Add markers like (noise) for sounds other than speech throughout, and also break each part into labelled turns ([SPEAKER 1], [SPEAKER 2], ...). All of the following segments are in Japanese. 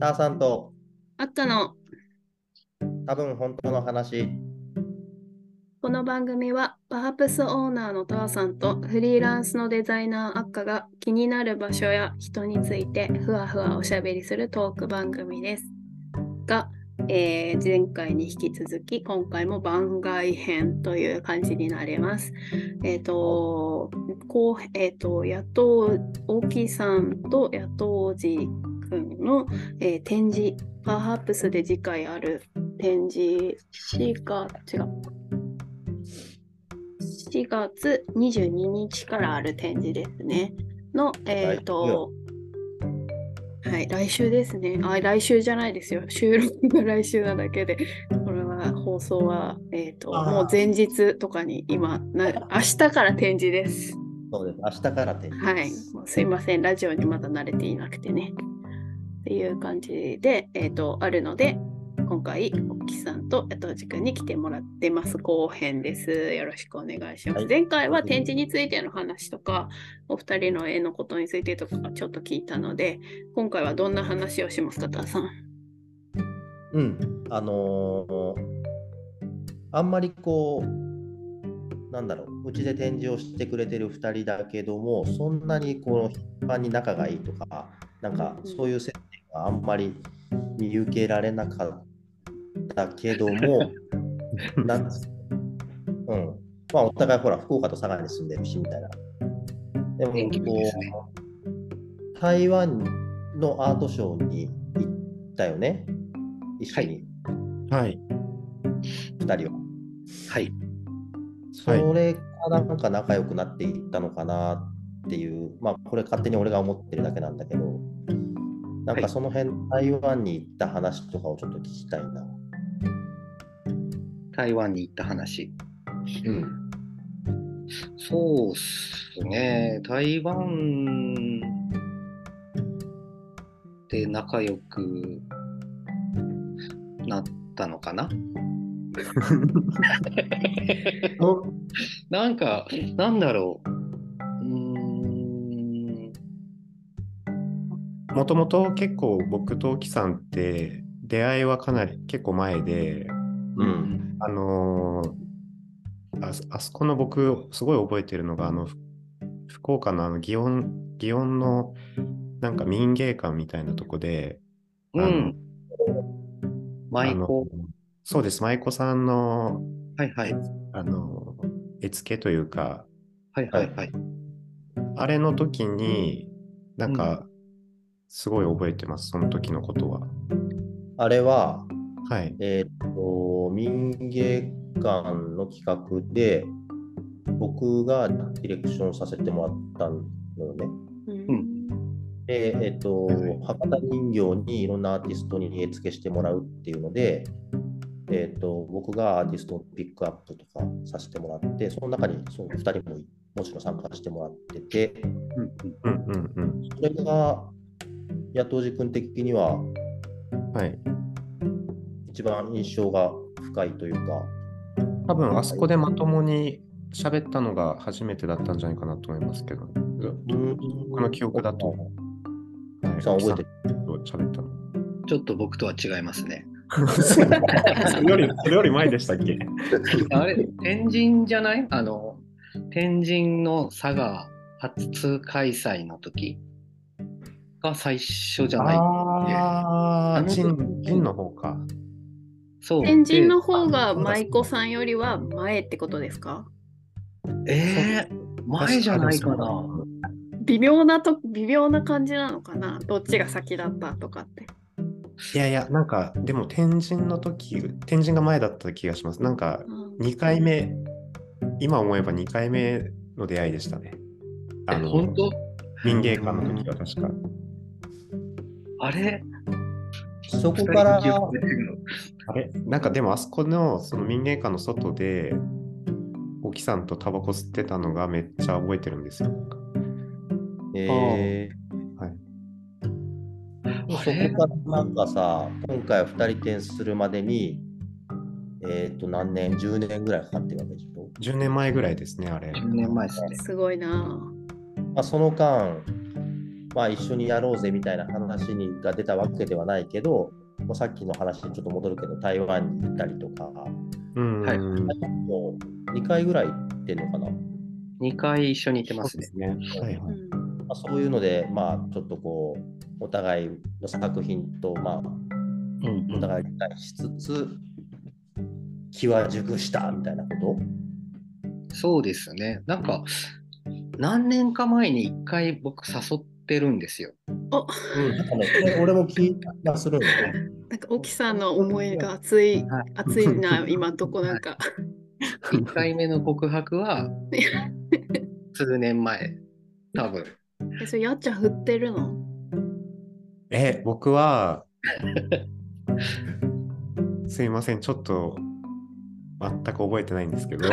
[SPEAKER 1] ターさんと
[SPEAKER 2] あったの。
[SPEAKER 1] 多分本当の話。
[SPEAKER 2] この番組は、パープスオーナーのターさんとフリーランスのデザイナーアッカが気になる場所や人についてふわふわおしゃべりするトーク番組です。が、えー前回に引き続き、今回も番外編という感じになります。えっ、と、こう、えっ、と、野党、大木さんと野党寺くんの、えー展示、パーハップスで次回ある展示、4か、違う。4月22日からある展示ですね。の、えっ、と、はい、来週ですね。あ、来週じゃないですよ。収録が来週なだけで、これは放送は、えっ、と、
[SPEAKER 1] あー
[SPEAKER 2] もう前日とかに今な、明日から展示です。
[SPEAKER 1] そうです。明日から展示
[SPEAKER 2] は
[SPEAKER 1] で
[SPEAKER 2] い
[SPEAKER 1] す。。
[SPEAKER 2] もうすいません、ラジオにまだ慣れていなくてね。っていう感じで、えっ、と、あるので、今回、おきさんと江藤君に来てもらってます。後編です。よろしくお願いします。
[SPEAKER 1] はい
[SPEAKER 2] 前回は展示についての話とか、お二人の絵のことについてとかちょっと聞いたので、今回はどんな話をしますか、たーさん。
[SPEAKER 1] うん。あのーあんまりこう、なんだろう、うちで展示をしてくれてる2人だけども、そんなにこう、頻繁に仲がいいとか、なんかそういう接点があんまり見受けられなかったけど (laughs) も、なんうん。まあ、お互いほら、福岡と佐賀に住んでるし、みたいな。でも、
[SPEAKER 3] 元気
[SPEAKER 1] こ
[SPEAKER 3] ですね
[SPEAKER 1] う、台湾のアートショーに行ったよね。一緒に、
[SPEAKER 3] はい。
[SPEAKER 1] 二人は。
[SPEAKER 3] はい。
[SPEAKER 1] それからなんか仲良くなっていったのかなっていう、まあ、これ勝手に俺が思ってるだけなんだけど、なん
[SPEAKER 3] は
[SPEAKER 1] か
[SPEAKER 3] い
[SPEAKER 1] その辺、台湾に行った話とかをちょっと聞きたいな。
[SPEAKER 3] 台湾に行った話。
[SPEAKER 1] うん。
[SPEAKER 3] そうっすね。台湾で仲良くなったのかななんか、なんだろう。うーん。
[SPEAKER 4] もともと結構僕と沖さんって出会いはかなり結構前で、
[SPEAKER 1] うん。
[SPEAKER 4] あのーあそあそこの僕すごい覚えてるのがあのふ福岡のあの祇園祇園のなんか民芸館みたいなとこで、
[SPEAKER 3] う
[SPEAKER 4] あの
[SPEAKER 3] ん。舞
[SPEAKER 4] あ
[SPEAKER 3] 妓。
[SPEAKER 4] のそうです舞妓さんの
[SPEAKER 3] はいはい。
[SPEAKER 4] あの絵付けというか
[SPEAKER 3] はいはいはい。
[SPEAKER 4] あれの時になんかすごい覚えてます、その時のことは。
[SPEAKER 1] あれは、
[SPEAKER 4] はい、
[SPEAKER 1] えーっと、民芸館の企画で、僕がディレクションさせてもらったのよね。
[SPEAKER 2] うん。
[SPEAKER 1] で、えっと
[SPEAKER 4] はい、
[SPEAKER 1] 博多人形にいろんなアーティストに絵付けしてもらうっていうので、えっと、僕がアーティストをピックアップとかさせてもらって、その中にそう2人ももちろん参加してもらってて、
[SPEAKER 3] うんうん
[SPEAKER 4] うんうんうん。
[SPEAKER 1] それが、野党寺君的には
[SPEAKER 4] はい
[SPEAKER 1] 一番印象が深いというか、
[SPEAKER 4] 多分あそこでまともに喋ったのが初めてだったんじゃないかなと思いますけど、
[SPEAKER 1] こ
[SPEAKER 4] この記憶だと。はい、
[SPEAKER 1] さん覚えてる
[SPEAKER 4] 奥さんと喋ったの。
[SPEAKER 3] ちょっと僕とは違いますね。
[SPEAKER 4] それより、 (laughs) それより前でしたっけ
[SPEAKER 3] あれ、天神じゃないあの、天神の佐賀初開催の時が最初じゃない。
[SPEAKER 4] あ
[SPEAKER 3] ー
[SPEAKER 4] ジン、ジンの方か。
[SPEAKER 3] そう。
[SPEAKER 2] 天神の
[SPEAKER 3] で
[SPEAKER 2] 方が舞妓さんよりは前ってことですか
[SPEAKER 3] えー、前じゃないかな。
[SPEAKER 2] 微妙なと、微妙な感じなのかなどっちが先だったとかって。
[SPEAKER 4] いやいや、なんか、でも天神の時、天神が前だった気がします。なんか、
[SPEAKER 2] うん
[SPEAKER 4] 2回目、今思えば2回目の出会いでしたね。
[SPEAKER 3] え
[SPEAKER 4] あの、
[SPEAKER 3] 本当
[SPEAKER 4] 民芸館の時は確か。
[SPEAKER 3] あれ (laughs)
[SPEAKER 1] そこから、
[SPEAKER 3] 二人の記憶が違う
[SPEAKER 4] あれなんかでもあそこのその民芸館の外で、沖さんとタバコ吸ってたのがめっちゃ覚えてるんですよ。
[SPEAKER 1] えー、
[SPEAKER 3] あ
[SPEAKER 1] そ
[SPEAKER 3] れ
[SPEAKER 1] こからなんかさ、今回は2人転するまでに、えっ、と、何年、10年ぐらいかかってるわけでしょ。
[SPEAKER 4] 10年前ぐらいですね、あれ。
[SPEAKER 3] 10年前ですね。
[SPEAKER 2] すごいなぁ。
[SPEAKER 1] まあ、その間、まあ、一緒にやろうぜみたいな話にが出たわけではないけど、もうさっきの話にちょっと戻るけど、台湾に行ったりとか、
[SPEAKER 4] うん。
[SPEAKER 3] はい
[SPEAKER 1] もう2回ぐらい行ってんのかな。
[SPEAKER 3] 2回一緒に行ってま
[SPEAKER 4] そう
[SPEAKER 3] す
[SPEAKER 4] で
[SPEAKER 3] ね。
[SPEAKER 4] すね。はいはい。
[SPEAKER 1] まあ、そういうので、まあ、ちょっとこう、お互いの作品と、まあ、
[SPEAKER 3] うん
[SPEAKER 1] お互い理解しつつ、気は熟したみたいなこ
[SPEAKER 3] そうですね。なんか、何年か前に1回僕誘ってるんで
[SPEAKER 1] (laughs)
[SPEAKER 3] すよ。
[SPEAKER 1] と、なんかね、これ俺も聞いた気がするんだよね。
[SPEAKER 2] なんか沖さんの思いが熱い
[SPEAKER 3] はい、
[SPEAKER 2] 熱いな、今どこなんか。
[SPEAKER 3] 1回目の告白
[SPEAKER 2] (laughs)
[SPEAKER 3] は、数年前、多分。
[SPEAKER 2] え、それやっちゃん振ってるの
[SPEAKER 4] え、僕は、すいません、ちょっと、全く覚えてないんです
[SPEAKER 3] (laughs)
[SPEAKER 4] けど、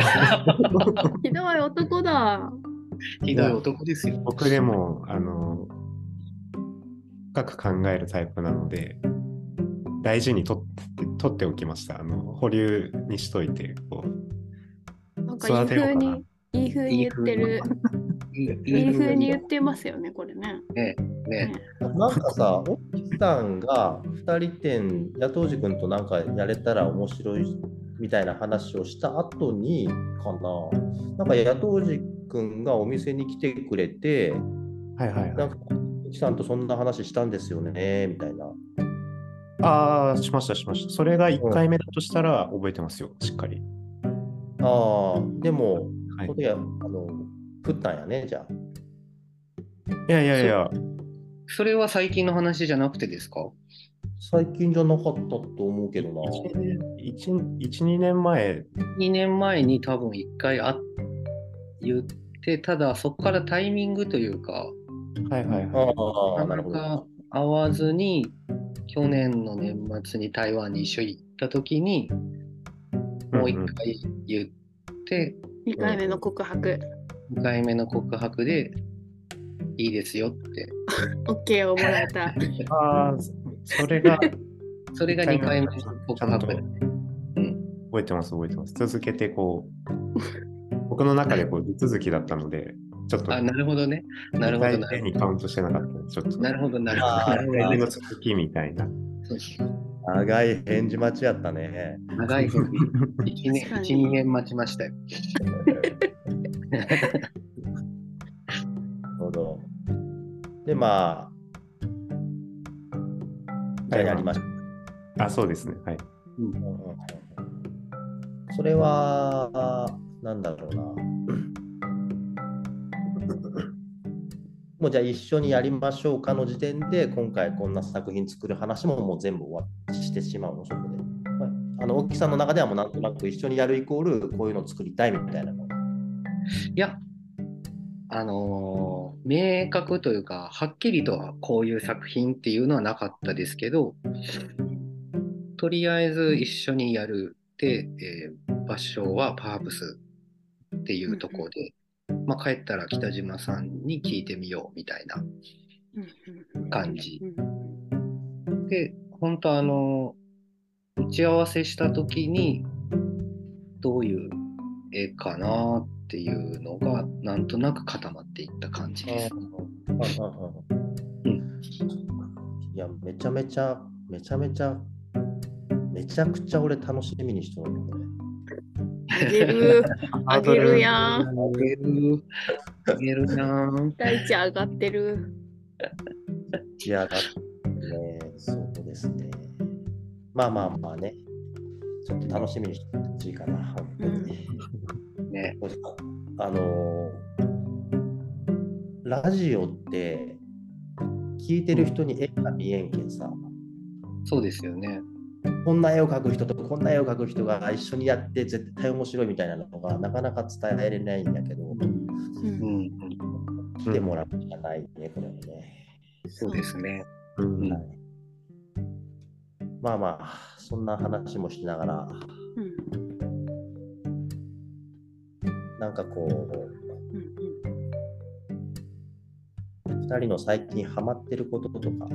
[SPEAKER 2] ひどい男だ。
[SPEAKER 3] ひどい男ですよ。
[SPEAKER 4] 僕でも、あの、深く考えるタイプなので、大事に取って、取っておきました。あの、保留にしといて、こう、
[SPEAKER 2] なんかいい風に、いい風に言ってる。
[SPEAKER 3] い
[SPEAKER 2] いい風に言っ
[SPEAKER 3] ね
[SPEAKER 2] てますよね、これね。
[SPEAKER 3] ね
[SPEAKER 1] なんかさ、おきさんが2人展、野党寺君となんかやれたら面白いみたいな話をした後にかな、なんか野党寺君がお店に来てくれて、
[SPEAKER 4] はいはいは。
[SPEAKER 1] ないんかおきさんとそんな話したんですよね、みたいな。
[SPEAKER 4] ああ、しました、しました。それが1回目だとしたら、覚えてますよ、しっかり。
[SPEAKER 1] ああ、でも、
[SPEAKER 4] は
[SPEAKER 1] そ
[SPEAKER 4] い
[SPEAKER 1] の時はあの食ったんやね、じゃあ。
[SPEAKER 4] いやいやいや、
[SPEAKER 3] それは最近の話じゃなくてですか
[SPEAKER 1] 最近じゃなかったと思うけどな。
[SPEAKER 4] 1、2年前、
[SPEAKER 3] 2年前に多分1回あ言ってただそこからタイミングというか
[SPEAKER 4] はいはいはい。
[SPEAKER 1] ああ、な
[SPEAKER 3] な
[SPEAKER 1] る
[SPEAKER 3] か
[SPEAKER 1] ほ
[SPEAKER 3] な
[SPEAKER 1] ど。
[SPEAKER 3] か会わずに去年の年末に台湾に一緒に行った時にもう1回言って、
[SPEAKER 2] 2回目の告白、
[SPEAKER 3] 2回目の告白でいいですよって
[SPEAKER 2] オッ OK をもらえた。
[SPEAKER 4] ああ、そそれが覚
[SPEAKER 3] それが2回目の告白
[SPEAKER 4] ちゃん
[SPEAKER 3] うん
[SPEAKER 4] えてます、覚えてます。続けてこう、
[SPEAKER 3] (laughs)
[SPEAKER 4] 僕の中でこう地続きだったので、ちょっと、
[SPEAKER 3] あなるほどねなるほどな
[SPEAKER 4] 手
[SPEAKER 3] る
[SPEAKER 4] にカウントしてなかったですちょっと、
[SPEAKER 3] ほどなるほどなるほど
[SPEAKER 1] あー
[SPEAKER 3] なるほど
[SPEAKER 4] 二回目の続きみたいな。
[SPEAKER 3] そう
[SPEAKER 1] 長い返事待ちやった
[SPEAKER 3] (laughs)
[SPEAKER 1] ね。
[SPEAKER 3] 長い分1年
[SPEAKER 2] 確かに
[SPEAKER 3] 1 2年待ちましたよ
[SPEAKER 1] なるほど。で、まあ、じゃあやりましょう。
[SPEAKER 4] あ、そうですね。はい。
[SPEAKER 1] うんうんうんそれは、あなんだろうな。もうじゃあ一緒にやりましょうかの時点で、今回こんな作品作る話ももう全部終わってしてしまうの、そこで。はいあの、大木さんの中ではもうなんとなく一緒にやるイコール、こういうの作りたいみたいなの。
[SPEAKER 3] いやあのー明確というかはっきりとはこういう作品っていうのはなかったですけどとりあえず一緒にやるで、えー場所はパープスっていうところで、まあ、帰ったら北島さんに聞いてみようみたいな感じ
[SPEAKER 2] うん
[SPEAKER 3] で、本当あの、打ち合わせしたときに、どういう絵かなっていうのが、なんとなく固まっていった感じです。
[SPEAKER 1] うんいや、めちゃめちゃ、めちゃめちゃ、めちゃくちゃ俺楽しみにしてるのこれ。
[SPEAKER 2] あげる、あげるやん。
[SPEAKER 3] あげる、あげるなぁ。
[SPEAKER 2] 大地上がってる。
[SPEAKER 1] いや、だってね、そうですね。まあまあまあね、ちょっと楽しみにしてほしいかな、本当にね。
[SPEAKER 3] ね。
[SPEAKER 1] あのーラジオって、聞いてる人に絵が見えんけんさ、
[SPEAKER 3] そうですよね。
[SPEAKER 1] こんな絵を描く人とこんな絵を描く人が一緒にやって絶対面白いみたいなのがなかなか伝えられないんだけど、
[SPEAKER 2] う
[SPEAKER 3] うんん、
[SPEAKER 1] 来てもらうしかないね、これはね。
[SPEAKER 3] そうですね。
[SPEAKER 4] うん。
[SPEAKER 3] うん
[SPEAKER 1] はいまあまあ、そんな話もしながら、
[SPEAKER 2] うん
[SPEAKER 1] なんかこう、
[SPEAKER 2] うんうん
[SPEAKER 1] 2人の最近ハマってることとか、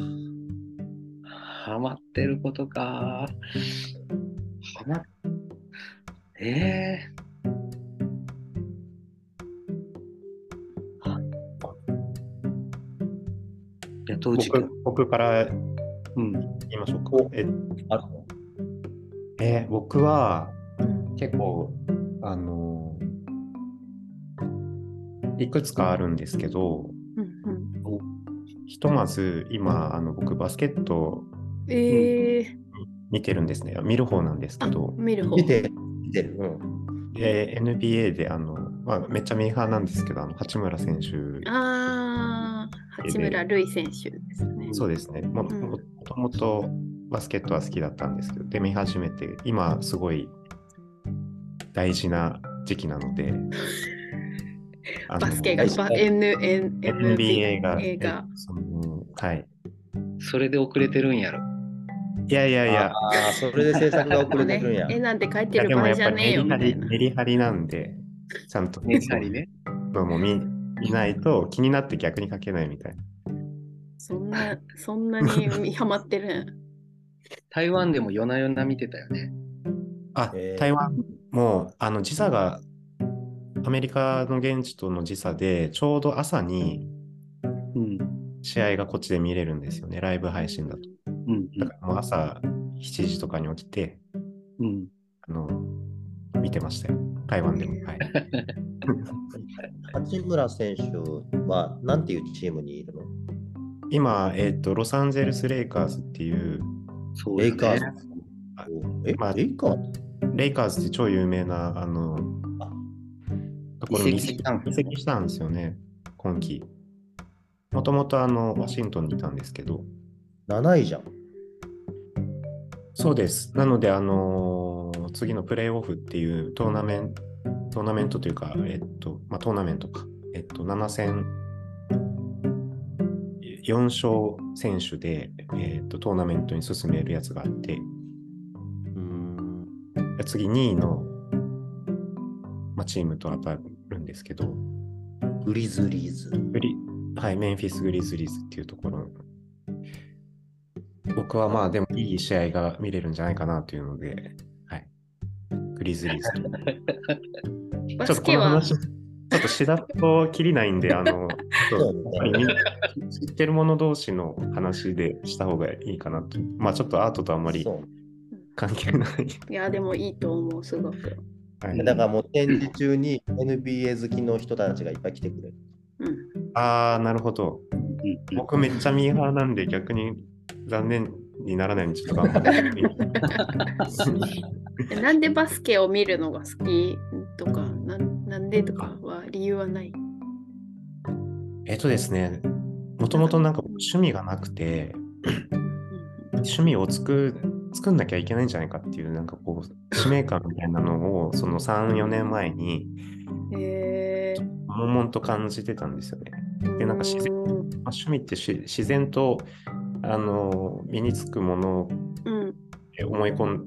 [SPEAKER 3] ハマってることか。ハマええ野党時間。
[SPEAKER 4] 僕僕から言
[SPEAKER 3] うん。
[SPEAKER 4] いましょう
[SPEAKER 1] お
[SPEAKER 4] か。え
[SPEAKER 1] あるの
[SPEAKER 4] えー僕は
[SPEAKER 2] うん
[SPEAKER 4] 結構、あのーいくつかあるんですけど、
[SPEAKER 2] うん
[SPEAKER 4] ひとまず今、あの僕バスケット
[SPEAKER 2] えー、
[SPEAKER 4] 見てるんですね。見る方なんですけど、
[SPEAKER 2] 見る方。
[SPEAKER 1] 見て、見てる。うん。
[SPEAKER 4] えー NBA であの、まあ、めっちゃミーハーなんですけど、あの八村選手、
[SPEAKER 2] ああ、八村塁選手ですね。
[SPEAKER 4] そうですねも、
[SPEAKER 2] うん
[SPEAKER 4] もともとバスケットは好きだったんですけど、で、見始めて、今すごい大事な時期なの
[SPEAKER 2] (laughs)
[SPEAKER 4] で、あの
[SPEAKER 2] バスケが、バ N、N、
[SPEAKER 4] NBA が、
[SPEAKER 2] 映画。
[SPEAKER 4] そのはい。
[SPEAKER 3] それで遅れてるんやろ。
[SPEAKER 4] いやいやいや、
[SPEAKER 1] ああ、それで制作が遅
[SPEAKER 2] もう
[SPEAKER 1] れて
[SPEAKER 2] ね
[SPEAKER 1] くん
[SPEAKER 2] (laughs)
[SPEAKER 1] や、。
[SPEAKER 2] 絵なんて描い
[SPEAKER 4] い
[SPEAKER 2] て
[SPEAKER 4] や
[SPEAKER 2] る
[SPEAKER 4] で
[SPEAKER 2] 場
[SPEAKER 4] もや
[SPEAKER 2] 合
[SPEAKER 4] っ
[SPEAKER 2] じゃ
[SPEAKER 4] ぱり
[SPEAKER 2] ねえ
[SPEAKER 4] メ
[SPEAKER 2] よ
[SPEAKER 4] リ
[SPEAKER 2] みた
[SPEAKER 4] ハ
[SPEAKER 2] い
[SPEAKER 4] リ
[SPEAKER 2] な。
[SPEAKER 4] メリハリなんで、ちゃんと
[SPEAKER 3] メリハリね。
[SPEAKER 4] のも見見ないと気になって逆に書けないみたいな。
[SPEAKER 2] そんな、そんなにハマってる。
[SPEAKER 3] 台湾でも夜な夜な見てたよね。
[SPEAKER 4] あ、
[SPEAKER 1] えー
[SPEAKER 4] 台湾もあの時差がアメリカの現地との時差でちょうど朝に
[SPEAKER 3] うん。
[SPEAKER 4] 試合がこっちで見れるんですよね、ライブ配信だと。
[SPEAKER 3] うん。
[SPEAKER 4] だからもう朝7時とかに起きて、
[SPEAKER 3] うん。
[SPEAKER 4] あの見てましたよ、台湾でも。
[SPEAKER 2] (laughs)
[SPEAKER 4] はい、
[SPEAKER 1] 八村選手は、なんていうチームにいるの
[SPEAKER 4] 今、えっ、と、ロサンゼルス・レイカーズっていう、
[SPEAKER 3] そう
[SPEAKER 1] レ
[SPEAKER 3] よ
[SPEAKER 1] イカーズ
[SPEAKER 3] ね。。
[SPEAKER 1] え、
[SPEAKER 4] まあ
[SPEAKER 1] レイカーズ
[SPEAKER 4] レイカーズって超有名な、あの、ところに
[SPEAKER 3] 移籍したん
[SPEAKER 4] 移籍したんですよね、今季。もともとあの、ワシントンにいたんですけど。
[SPEAKER 1] 7位じゃん。
[SPEAKER 4] そうです。なので、あのー次のプレーオフっていうトーナメント、トーナメントというか、えっと、まあ、トーナメントか。えっと、7戦、4勝選手で、えっと、トーナメントに進めるやつがあって、
[SPEAKER 1] うん。
[SPEAKER 4] 次2位の、まあ、チームと当たるんですけど、
[SPEAKER 1] グリズリーズ。
[SPEAKER 4] グリはい、メンフィス・グリズリーズっていうところ。僕はまあでもいい試合が見れるんじゃないかなというので、はい。グリズリーズと。
[SPEAKER 2] バ
[SPEAKER 4] ちょっ
[SPEAKER 2] ス
[SPEAKER 4] とこ
[SPEAKER 2] ケ
[SPEAKER 4] の
[SPEAKER 2] は
[SPEAKER 4] 話、ちょっとしだっと切りないんで、あの、ちょっとやっぱりみんな知ってる者同士の話でした方がいいかなと。まあちょっとアートとあんまり
[SPEAKER 1] そ
[SPEAKER 4] 関
[SPEAKER 2] (laughs)
[SPEAKER 4] 係ない。
[SPEAKER 2] いや、でもいいと思う、すごく。
[SPEAKER 4] はい、
[SPEAKER 1] う。だからもう展示中に NBA 好きの人たちがいっぱい来てくれる。
[SPEAKER 2] うん。
[SPEAKER 4] ああ、なるほど。
[SPEAKER 3] うん
[SPEAKER 4] 僕めっちゃミーハーなんで逆に残念にならないようにちょっと頑張って。
[SPEAKER 2] (laughs) でなんでバスケを見るのが好きとか、なんなんでとかは理由はない。
[SPEAKER 4] えっとですね、もともとなんか趣味がなくて、
[SPEAKER 2] うん
[SPEAKER 4] 趣味を作作んなきゃいけないんじゃないかっていう、なんかこう、使命感みたいなのを、その3、4年前に、
[SPEAKER 2] えー
[SPEAKER 4] 悶々と感じてたんですよね。でなんか自然
[SPEAKER 2] うん
[SPEAKER 4] まあ、趣味ってし自然と、あの、身につくものを
[SPEAKER 2] うん
[SPEAKER 4] 思い込ん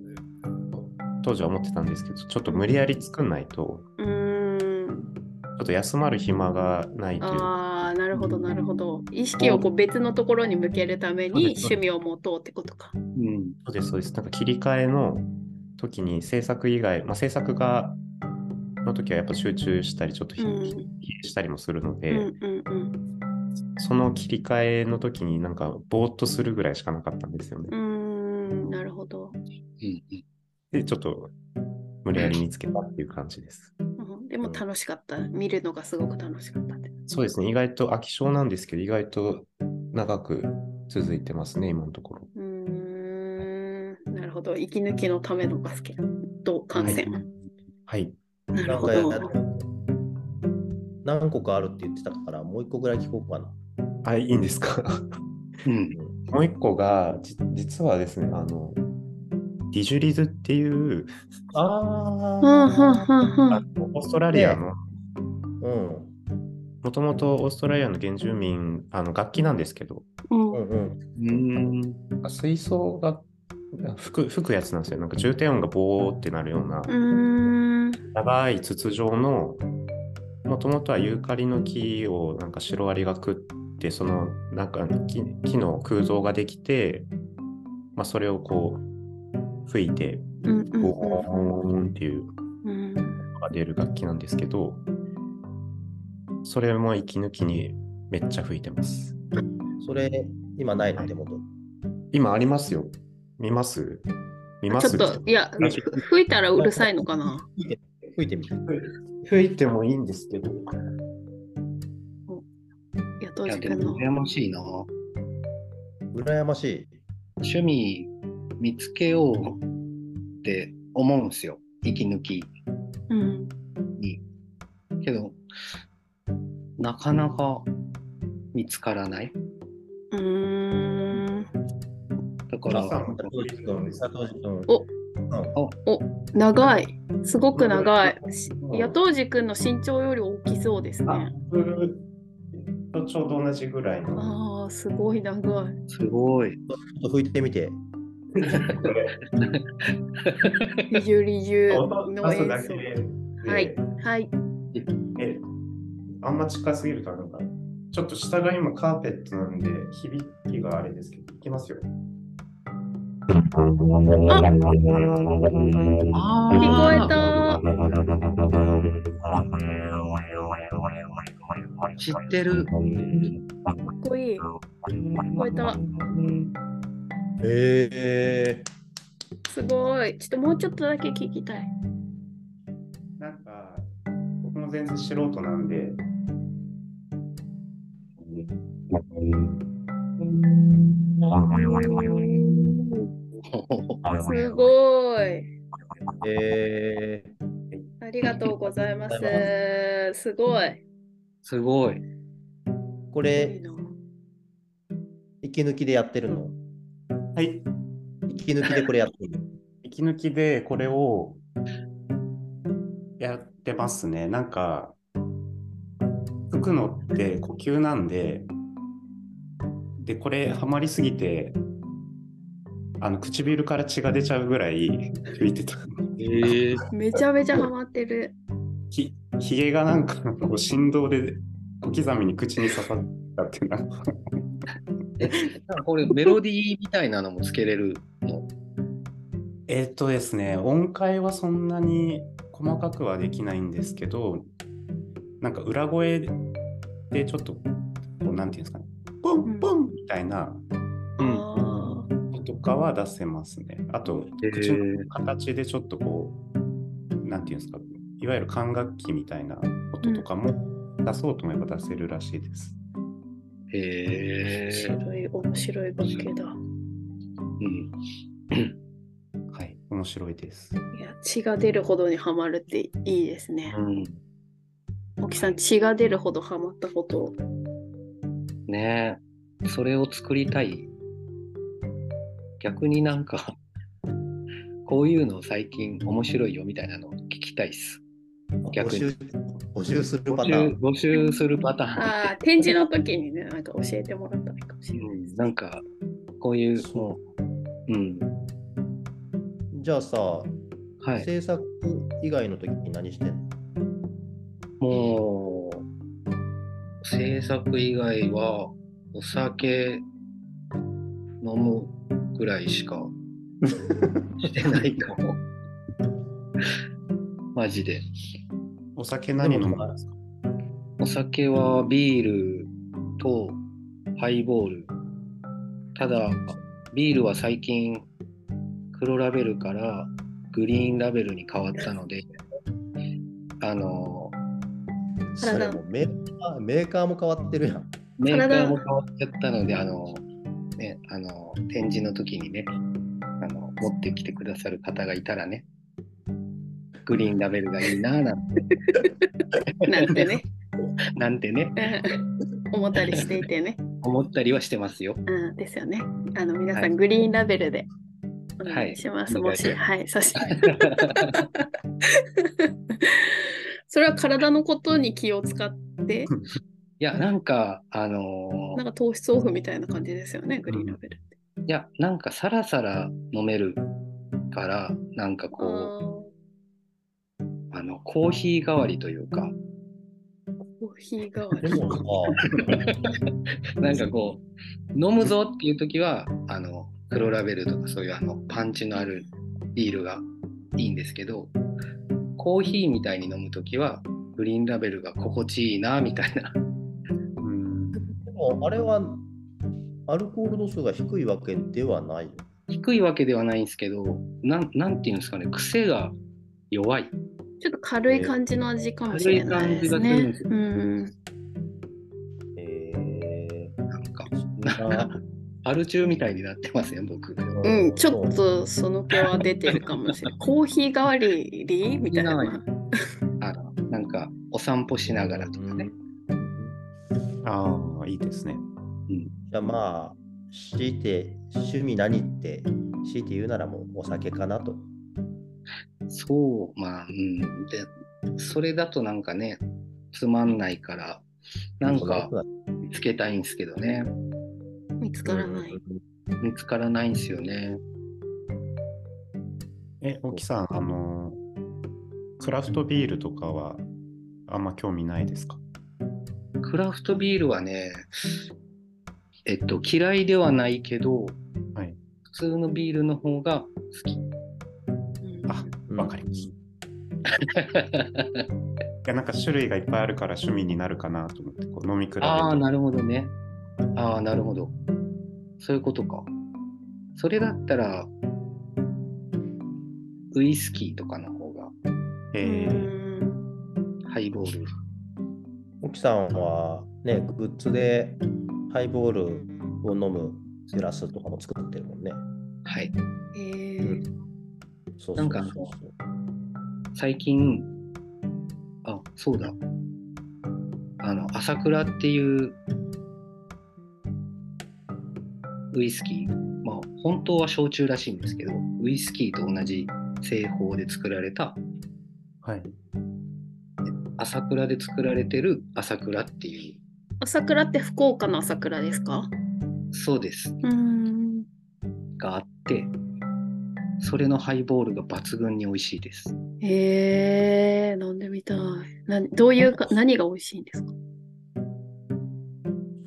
[SPEAKER 4] 当時は思ってたんですけど、ちょっと無理やり作んないと、
[SPEAKER 2] うん
[SPEAKER 4] ちょっと休まる暇がないというか、
[SPEAKER 2] ああなるほどなるほど意識をこう別のところに向けるために趣味を持とうってことか
[SPEAKER 3] うん。
[SPEAKER 4] そうです、そうです。なんか切り替えの時に制作以外、まあ、制作がの時はやっぱ集中したり、ちょっとひ
[SPEAKER 2] うん
[SPEAKER 4] 疲弊したりもするの
[SPEAKER 2] う
[SPEAKER 4] で、
[SPEAKER 2] んうんうん
[SPEAKER 4] その切り替えの時になんかぼーっとするぐらいしかなかったんですよね。
[SPEAKER 2] うんなるほど、
[SPEAKER 3] うん
[SPEAKER 4] で、ちょっと無理やり見つけたっていう感じです。
[SPEAKER 2] うん、でも楽しかった見るのがすごく楽しかったって
[SPEAKER 4] そうですね、意外と飽き性なんですけど、意外と長く続いてますね、今のところ。
[SPEAKER 2] うんなるほど息抜きのためのバスケと観戦、
[SPEAKER 4] はい。
[SPEAKER 2] なる
[SPEAKER 1] なん
[SPEAKER 2] ほ
[SPEAKER 1] かや
[SPEAKER 2] ど
[SPEAKER 1] る何個かあるって言ってたから、もう一個ぐらい聞こうかな。
[SPEAKER 4] あ、いいんで
[SPEAKER 2] (laughs)
[SPEAKER 4] すか
[SPEAKER 3] うん。
[SPEAKER 4] もう一個が、じ実はですね、あの、ディジュリズっていう、
[SPEAKER 1] あ
[SPEAKER 2] はあはあは
[SPEAKER 4] あ
[SPEAKER 2] あ
[SPEAKER 4] のオーストラリアの、
[SPEAKER 1] うん。
[SPEAKER 4] もともとオーストラリアの原住民、あの楽器なんですけど、
[SPEAKER 2] うん
[SPEAKER 1] うんうん。
[SPEAKER 3] うん。
[SPEAKER 4] 吹奏が吹く吹くやつなんですよ。なんか重低音がボーってなるような
[SPEAKER 2] うん
[SPEAKER 4] 長い筒状の、もともとはユーカリの木をなんかシロアリが食って、そのなんか木木の空洞ができて、まあ、それをこう吹いて、
[SPEAKER 2] うんうん
[SPEAKER 4] ボーンっていう
[SPEAKER 2] うん
[SPEAKER 4] が出る楽器なんですけど、それも息抜きにめっちゃ吹いてます。
[SPEAKER 1] それ、今ないの、手元。
[SPEAKER 4] 今ありますよ。見ます見ま
[SPEAKER 2] ちょ
[SPEAKER 4] す
[SPEAKER 2] っと、いや、
[SPEAKER 4] 大丈夫
[SPEAKER 2] 吹いたらうるさいのかな。
[SPEAKER 1] 吹いてみて。
[SPEAKER 4] 吹いてもいいんですけど。
[SPEAKER 2] いや、当
[SPEAKER 3] いや
[SPEAKER 2] 時
[SPEAKER 3] で
[SPEAKER 2] 君の
[SPEAKER 3] も。羨ましいな。
[SPEAKER 1] 羨ましい。
[SPEAKER 3] 趣味見つけようって思うんすよ。息抜き。
[SPEAKER 2] うん。
[SPEAKER 3] けど、なかなか見つからない。
[SPEAKER 2] うーん。
[SPEAKER 3] だから、
[SPEAKER 4] 朝も
[SPEAKER 1] 佐藤君、佐藤君。
[SPEAKER 2] お長い。すごく長い。し
[SPEAKER 4] うん
[SPEAKER 2] いや、当時君の身長より大きそうです
[SPEAKER 4] あ
[SPEAKER 2] ね。
[SPEAKER 4] ブルーとちょうど同じぐらいの。
[SPEAKER 2] ああ、すごい長い。
[SPEAKER 3] すごい。
[SPEAKER 1] ちょっと吹いてみて。
[SPEAKER 2] ゆりゆ
[SPEAKER 4] 音
[SPEAKER 2] の
[SPEAKER 4] 出す
[SPEAKER 2] 演
[SPEAKER 4] だ
[SPEAKER 2] 奏
[SPEAKER 4] け。で。
[SPEAKER 2] はい。はい。
[SPEAKER 4] え、あんま近すぎるとなんか、ちょっと下が今カーペットなんで、響きがあれですけど、いきますよ。
[SPEAKER 2] 聞
[SPEAKER 3] あ
[SPEAKER 2] こえた。
[SPEAKER 3] 知ってる。
[SPEAKER 2] かっこいい。聞こえた。
[SPEAKER 1] え
[SPEAKER 2] すごい。ちょっともうちょっとだけ聞きたい。
[SPEAKER 4] なんか、僕も全然素人なんで、
[SPEAKER 2] すごい。
[SPEAKER 1] ー、え
[SPEAKER 2] ありがとうございます。すごい。
[SPEAKER 3] (laughs) すごい。
[SPEAKER 1] ー、これ、息抜きでやってるの
[SPEAKER 4] はい。
[SPEAKER 1] 息抜きでこれやってるの
[SPEAKER 4] 息抜きでこれをやってますね。なんか、吹くのって呼吸なんで、で、これハマりすぎて、あの唇から血が出ちゃうぐらい (laughs) 吹いてた。
[SPEAKER 3] ええ
[SPEAKER 2] めちゃめちゃハマってる。
[SPEAKER 4] ひひげがなんかこう振動で小刻みに口に刺さったっていうなんか
[SPEAKER 3] これメロディーみたいなのもつけれるの。
[SPEAKER 4] えーっとですね音階はそんなに細かくはできないんですけどなんか裏声でちょっとこうなんていうんですかねポンポンみたいな
[SPEAKER 3] うん。
[SPEAKER 2] あ
[SPEAKER 4] のとかは出せますねあと口の形でちょっとこうなんていうんですかいわゆる管楽器みたいな音とかも出そうと思えば出せるらしいです。
[SPEAKER 2] ー
[SPEAKER 3] へえ
[SPEAKER 2] 面白い、面白い楽器だ。
[SPEAKER 3] うん。 (coughs)
[SPEAKER 4] はい、面白いです。
[SPEAKER 2] いや、血が出るほどにハマるっていいですね。
[SPEAKER 3] うん
[SPEAKER 2] 沖さん、血が出るほどハマったこと。
[SPEAKER 3] ねえ、それを作りたい。逆になんか、 (laughs) こういうの最近面白いよみたいなのを聞きたいっす。逆
[SPEAKER 1] 募
[SPEAKER 3] に
[SPEAKER 1] 集募集するパ
[SPEAKER 3] 募
[SPEAKER 1] タ
[SPEAKER 3] 集
[SPEAKER 1] ーン。
[SPEAKER 3] 募集するパターン。
[SPEAKER 2] ああ、展示の時にね、なんか教えてもらったらいいかもしれない。
[SPEAKER 3] うん、なんか、こういう、もう、うん、
[SPEAKER 1] じゃあさ、
[SPEAKER 3] はい。
[SPEAKER 1] 制作以外の時に何してんの
[SPEAKER 3] もう、制作以外は、お酒飲むぐらいしかしてないか
[SPEAKER 1] (laughs)
[SPEAKER 3] も。マジで。
[SPEAKER 4] お酒何飲むんですか
[SPEAKER 3] お酒はビールとハイボール。ただ、ビールは最近黒ラベルからグリーンラベルに変わったので、あの、
[SPEAKER 1] それもメーカーメーカーも変わってるやん。
[SPEAKER 3] メーカーも変わっちゃったので、あの、ね、あの、展示の時にね、あの、持ってきてくださる方がいたらね、グリーンラベルがいいなぁなんて
[SPEAKER 2] (laughs) なんてね、 (laughs)
[SPEAKER 3] (laughs) なんてね、
[SPEAKER 2] うん思ったりしていてね。
[SPEAKER 3] 思ったりはしてますよ。
[SPEAKER 2] うん、ですよね。あの、皆さん、
[SPEAKER 3] はい
[SPEAKER 2] グリーンラベルでお
[SPEAKER 3] は
[SPEAKER 2] 願い
[SPEAKER 3] い
[SPEAKER 2] します。
[SPEAKER 3] お願
[SPEAKER 2] も
[SPEAKER 3] いし
[SPEAKER 2] し、
[SPEAKER 3] ます
[SPEAKER 2] はい、そして。 (laughs) それは体のことに気を使って、
[SPEAKER 3] いや、なんか、あの
[SPEAKER 2] なんか糖質オフみたいな感じですよね、グリーンラベルって。
[SPEAKER 3] いや、なんかさらさら飲めるから、なんか
[SPEAKER 2] あ
[SPEAKER 3] こ
[SPEAKER 2] ー
[SPEAKER 3] う、あの、コーヒー代わりというか、
[SPEAKER 2] コーヒー代わ
[SPEAKER 1] で
[SPEAKER 2] り。
[SPEAKER 1] も
[SPEAKER 3] (laughs)
[SPEAKER 1] さ、
[SPEAKER 3] なんかこう、飲むぞっていう時は、あの、黒ラベルとかそういうあの、パンチのあるビールがいいんですけど、コーヒーみたいに飲む時は、グリーンラベルが心地いいな、みたいな。
[SPEAKER 4] うん
[SPEAKER 1] でもあれはアルコール度数が低いわけではないよ。
[SPEAKER 3] (laughs) 低いわけではないんですけど、なんなんていうんですかね、癖が弱い。
[SPEAKER 2] ちょっと軽い感じの味かもしれないですね。
[SPEAKER 3] 軽い感じがする
[SPEAKER 2] うん。
[SPEAKER 1] え
[SPEAKER 3] なんか、
[SPEAKER 1] ー、そんな
[SPEAKER 3] アル中みたいになってますよ、僕。
[SPEAKER 2] うん、ちょっ。とその気は出てるかもし (laughs) れない。コーヒー代わりにみたい
[SPEAKER 3] コーヒ
[SPEAKER 2] な。
[SPEAKER 3] あのなんか、お散歩しながらとかね。
[SPEAKER 4] ああ、いいですね。
[SPEAKER 1] じゃあまあ、強いて、趣味何って、強いて言うならもうお酒かなと。
[SPEAKER 3] そう、まあ、うん。で、それだとなんかね、つまんないから、なんか見つけたいんですけどね、
[SPEAKER 2] 見つからない。
[SPEAKER 3] 見つからないんですよね。
[SPEAKER 4] え、沖さん、あの、クラフトビールとかはあんま興味ないですか
[SPEAKER 3] クラフトビールはね、えっと、嫌いではないけど、
[SPEAKER 4] はい
[SPEAKER 3] 普通のビールの方が好き。
[SPEAKER 2] うん
[SPEAKER 4] あ
[SPEAKER 1] うん
[SPEAKER 4] わかります。いや、なんか種類がいっぱいあるから趣味になるかなと思って、こう飲み比べて。
[SPEAKER 3] ああ、なるほどね。ああ、なるほど。そういうことか。それだったら、ウイスキーとかの方が、
[SPEAKER 4] え
[SPEAKER 2] う
[SPEAKER 4] ー
[SPEAKER 2] ん
[SPEAKER 3] ハイボール。
[SPEAKER 1] 奥さんはね、グッズでハイボールを飲むグラスとかも作ってるもんね。
[SPEAKER 3] はい。
[SPEAKER 2] えー
[SPEAKER 1] そうそうそう
[SPEAKER 3] なんかあの最近、あ、そうだ。あの、朝倉っていう、ウイスキー。まあ、本当は焼酎らしいんですけど、ウイスキーと同じ製法で作られた、 (laughs)
[SPEAKER 4] はい。
[SPEAKER 3] 朝倉で作られてる朝倉ってい
[SPEAKER 2] 朝倉って福岡の朝倉ですか
[SPEAKER 3] う、そうです。
[SPEAKER 2] うん。
[SPEAKER 3] があって、それのハイボールが抜群に美味しいです。
[SPEAKER 2] えー、飲んでみたい。などういうか、何が美味しいんですか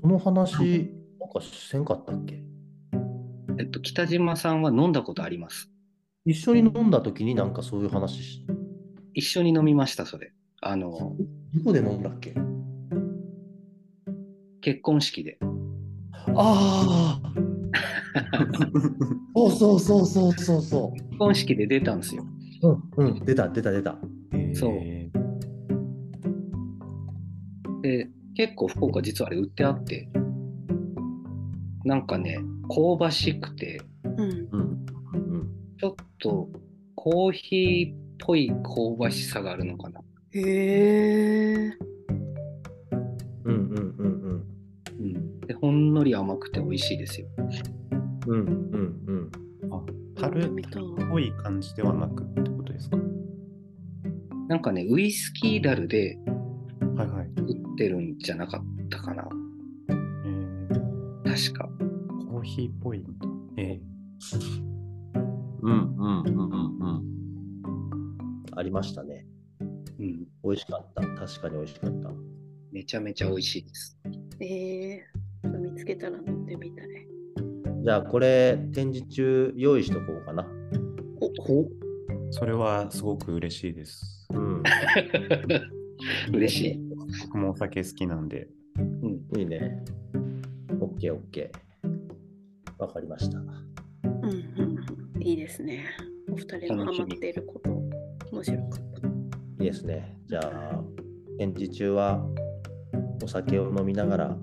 [SPEAKER 1] その話、なんかせんかったっけ
[SPEAKER 3] えっと、北島さんは飲んだことあります。
[SPEAKER 1] 一緒に飲んだ時になんかそういう話し
[SPEAKER 3] 一緒に飲みました、それ。あの、
[SPEAKER 1] どこで飲んだっけ
[SPEAKER 3] 結婚式で。
[SPEAKER 1] ああそうそうそうそうそうそ
[SPEAKER 3] 結婚式で出たんですよ。
[SPEAKER 1] う。うんうん、出た出た出た。
[SPEAKER 3] そうで、結構福岡実はあれ売ってあって、なんかね、香ばしくて、
[SPEAKER 2] うん。
[SPEAKER 1] うん。うん、
[SPEAKER 3] ちょっとコーヒーっぽい香ばしさがあるのかな。
[SPEAKER 2] へえー。
[SPEAKER 1] うんうんうん
[SPEAKER 3] うん。で、ほんのり甘くて美味しいですよ。
[SPEAKER 1] うん。うんうんうん。
[SPEAKER 2] 飲
[SPEAKER 4] 樽
[SPEAKER 2] んでみ
[SPEAKER 4] った
[SPEAKER 2] い
[SPEAKER 4] ぽい感じではなくってことですか
[SPEAKER 3] なんかね、ウイスキーダルで
[SPEAKER 4] はいはい。
[SPEAKER 3] 売ってるんじゃなかったかな。
[SPEAKER 4] えー
[SPEAKER 3] 確か。
[SPEAKER 4] コーヒーっぽいんだ。え
[SPEAKER 1] うんうんうんうんうん。ありましたね。
[SPEAKER 3] うん。
[SPEAKER 1] 美味しかった。確かに美味しかった。
[SPEAKER 3] めちゃめちゃ美味しいです。
[SPEAKER 2] えー、見つけたら飲んでみたい。
[SPEAKER 1] じゃあこれ展示中用意しとこうかな。
[SPEAKER 3] おほ
[SPEAKER 4] ーそれはすごく嬉しいです。
[SPEAKER 1] うん。
[SPEAKER 3] 嬉しい。
[SPEAKER 4] 僕もお酒好きなんで。
[SPEAKER 1] いいね。OK、OK。わかりました。
[SPEAKER 2] うんうんうん、いいですね。お二人のハマっていること、面白かった。
[SPEAKER 1] いいですね。じゃあ、展示中はお酒を飲みながら、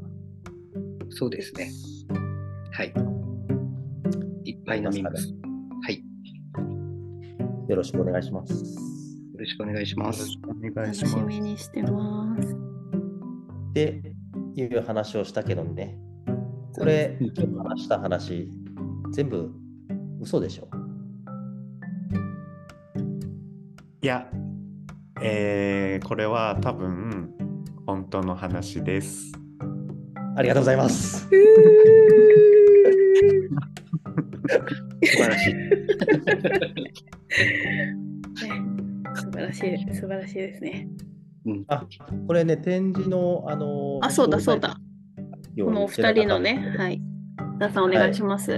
[SPEAKER 3] そうですね。はい。いっぱい飲みます。はい。よ
[SPEAKER 1] よろしくお願いします。
[SPEAKER 3] ろしくお願いします。
[SPEAKER 4] お願
[SPEAKER 2] 楽しみにしてます。
[SPEAKER 1] っていう話をしたけどね、これ、
[SPEAKER 3] うん
[SPEAKER 1] 今日話した話、全部嘘でしょ。
[SPEAKER 4] いや、えーこれは多分本当の話です。
[SPEAKER 1] ありがとうございます。
[SPEAKER 3] 素晴らしい。
[SPEAKER 2] ね素晴らしい、素晴らしいですね。
[SPEAKER 3] うん、
[SPEAKER 1] あこれね、展示の、あの。
[SPEAKER 2] あ、そうだそうだ。。このお二人のね、はいい。皆さんお願いします。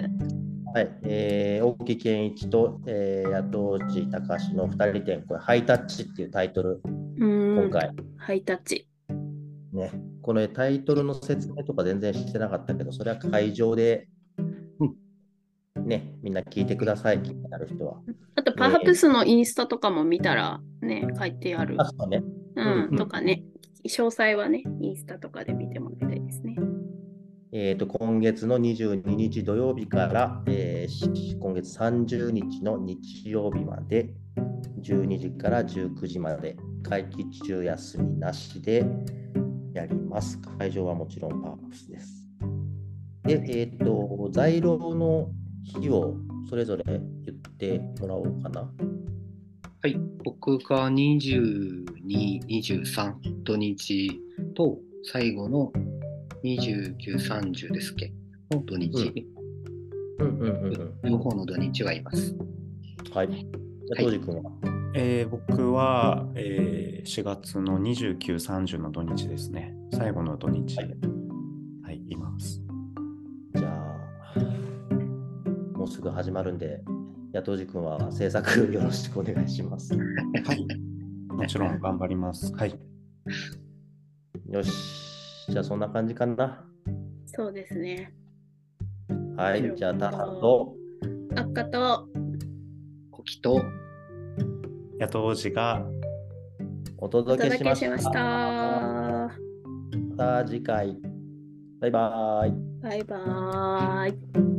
[SPEAKER 1] はい、えー、大木健一と、えー、雇うじ隆の二人展、これ、ハイタッチっていうタイトル、
[SPEAKER 2] うん
[SPEAKER 1] 今回、
[SPEAKER 2] ハイタッチ。
[SPEAKER 1] ね、このタイトルの説明とか全然してなかったけど、それは会場で
[SPEAKER 3] う、
[SPEAKER 1] ね、みんな聞いてください、気になる人は。
[SPEAKER 2] あと、パープスのインスタとかも見たらね、書いてある
[SPEAKER 1] あ、。そうね。
[SPEAKER 2] うん、
[SPEAKER 1] うん
[SPEAKER 2] とかね、詳細はね、インスタとかで見てもらいたいですね。
[SPEAKER 1] えー、と今月の22日土曜日から、えーし今月30日の日曜日まで12時から19時まで会期中休みなしでやります。会場はもちろんパープスです。で、えっ、と、在廊の日をそれぞれ言ってもらおうかな。
[SPEAKER 3] (laughs) はい、僕が22、23土日と最後の29、30ですっけの土日、
[SPEAKER 1] うんうんうん
[SPEAKER 3] 両方の土日はいます。
[SPEAKER 1] うん。はい。じゃあ、
[SPEAKER 3] はい
[SPEAKER 1] 当時君は、
[SPEAKER 4] えー僕は、えー4月の29、30の土日ですね。最後の土日。
[SPEAKER 1] は
[SPEAKER 4] はいい、います。
[SPEAKER 1] じゃあ、もうすぐ始まるんで、野党寺君は制作よろしくお願いします。
[SPEAKER 4] はい。もちろん頑張ります。はい。
[SPEAKER 1] よし、じゃあそんな感じかな。
[SPEAKER 2] そうですね。
[SPEAKER 1] はい、じゃあ、タハと、
[SPEAKER 2] あっかと、
[SPEAKER 3] コキと
[SPEAKER 4] 野党寺が
[SPEAKER 1] お
[SPEAKER 2] お
[SPEAKER 1] 届け
[SPEAKER 2] 届
[SPEAKER 1] しま
[SPEAKER 2] け
[SPEAKER 1] した。
[SPEAKER 2] しました。
[SPEAKER 1] また次回。バイバイ。
[SPEAKER 2] バイバーイ。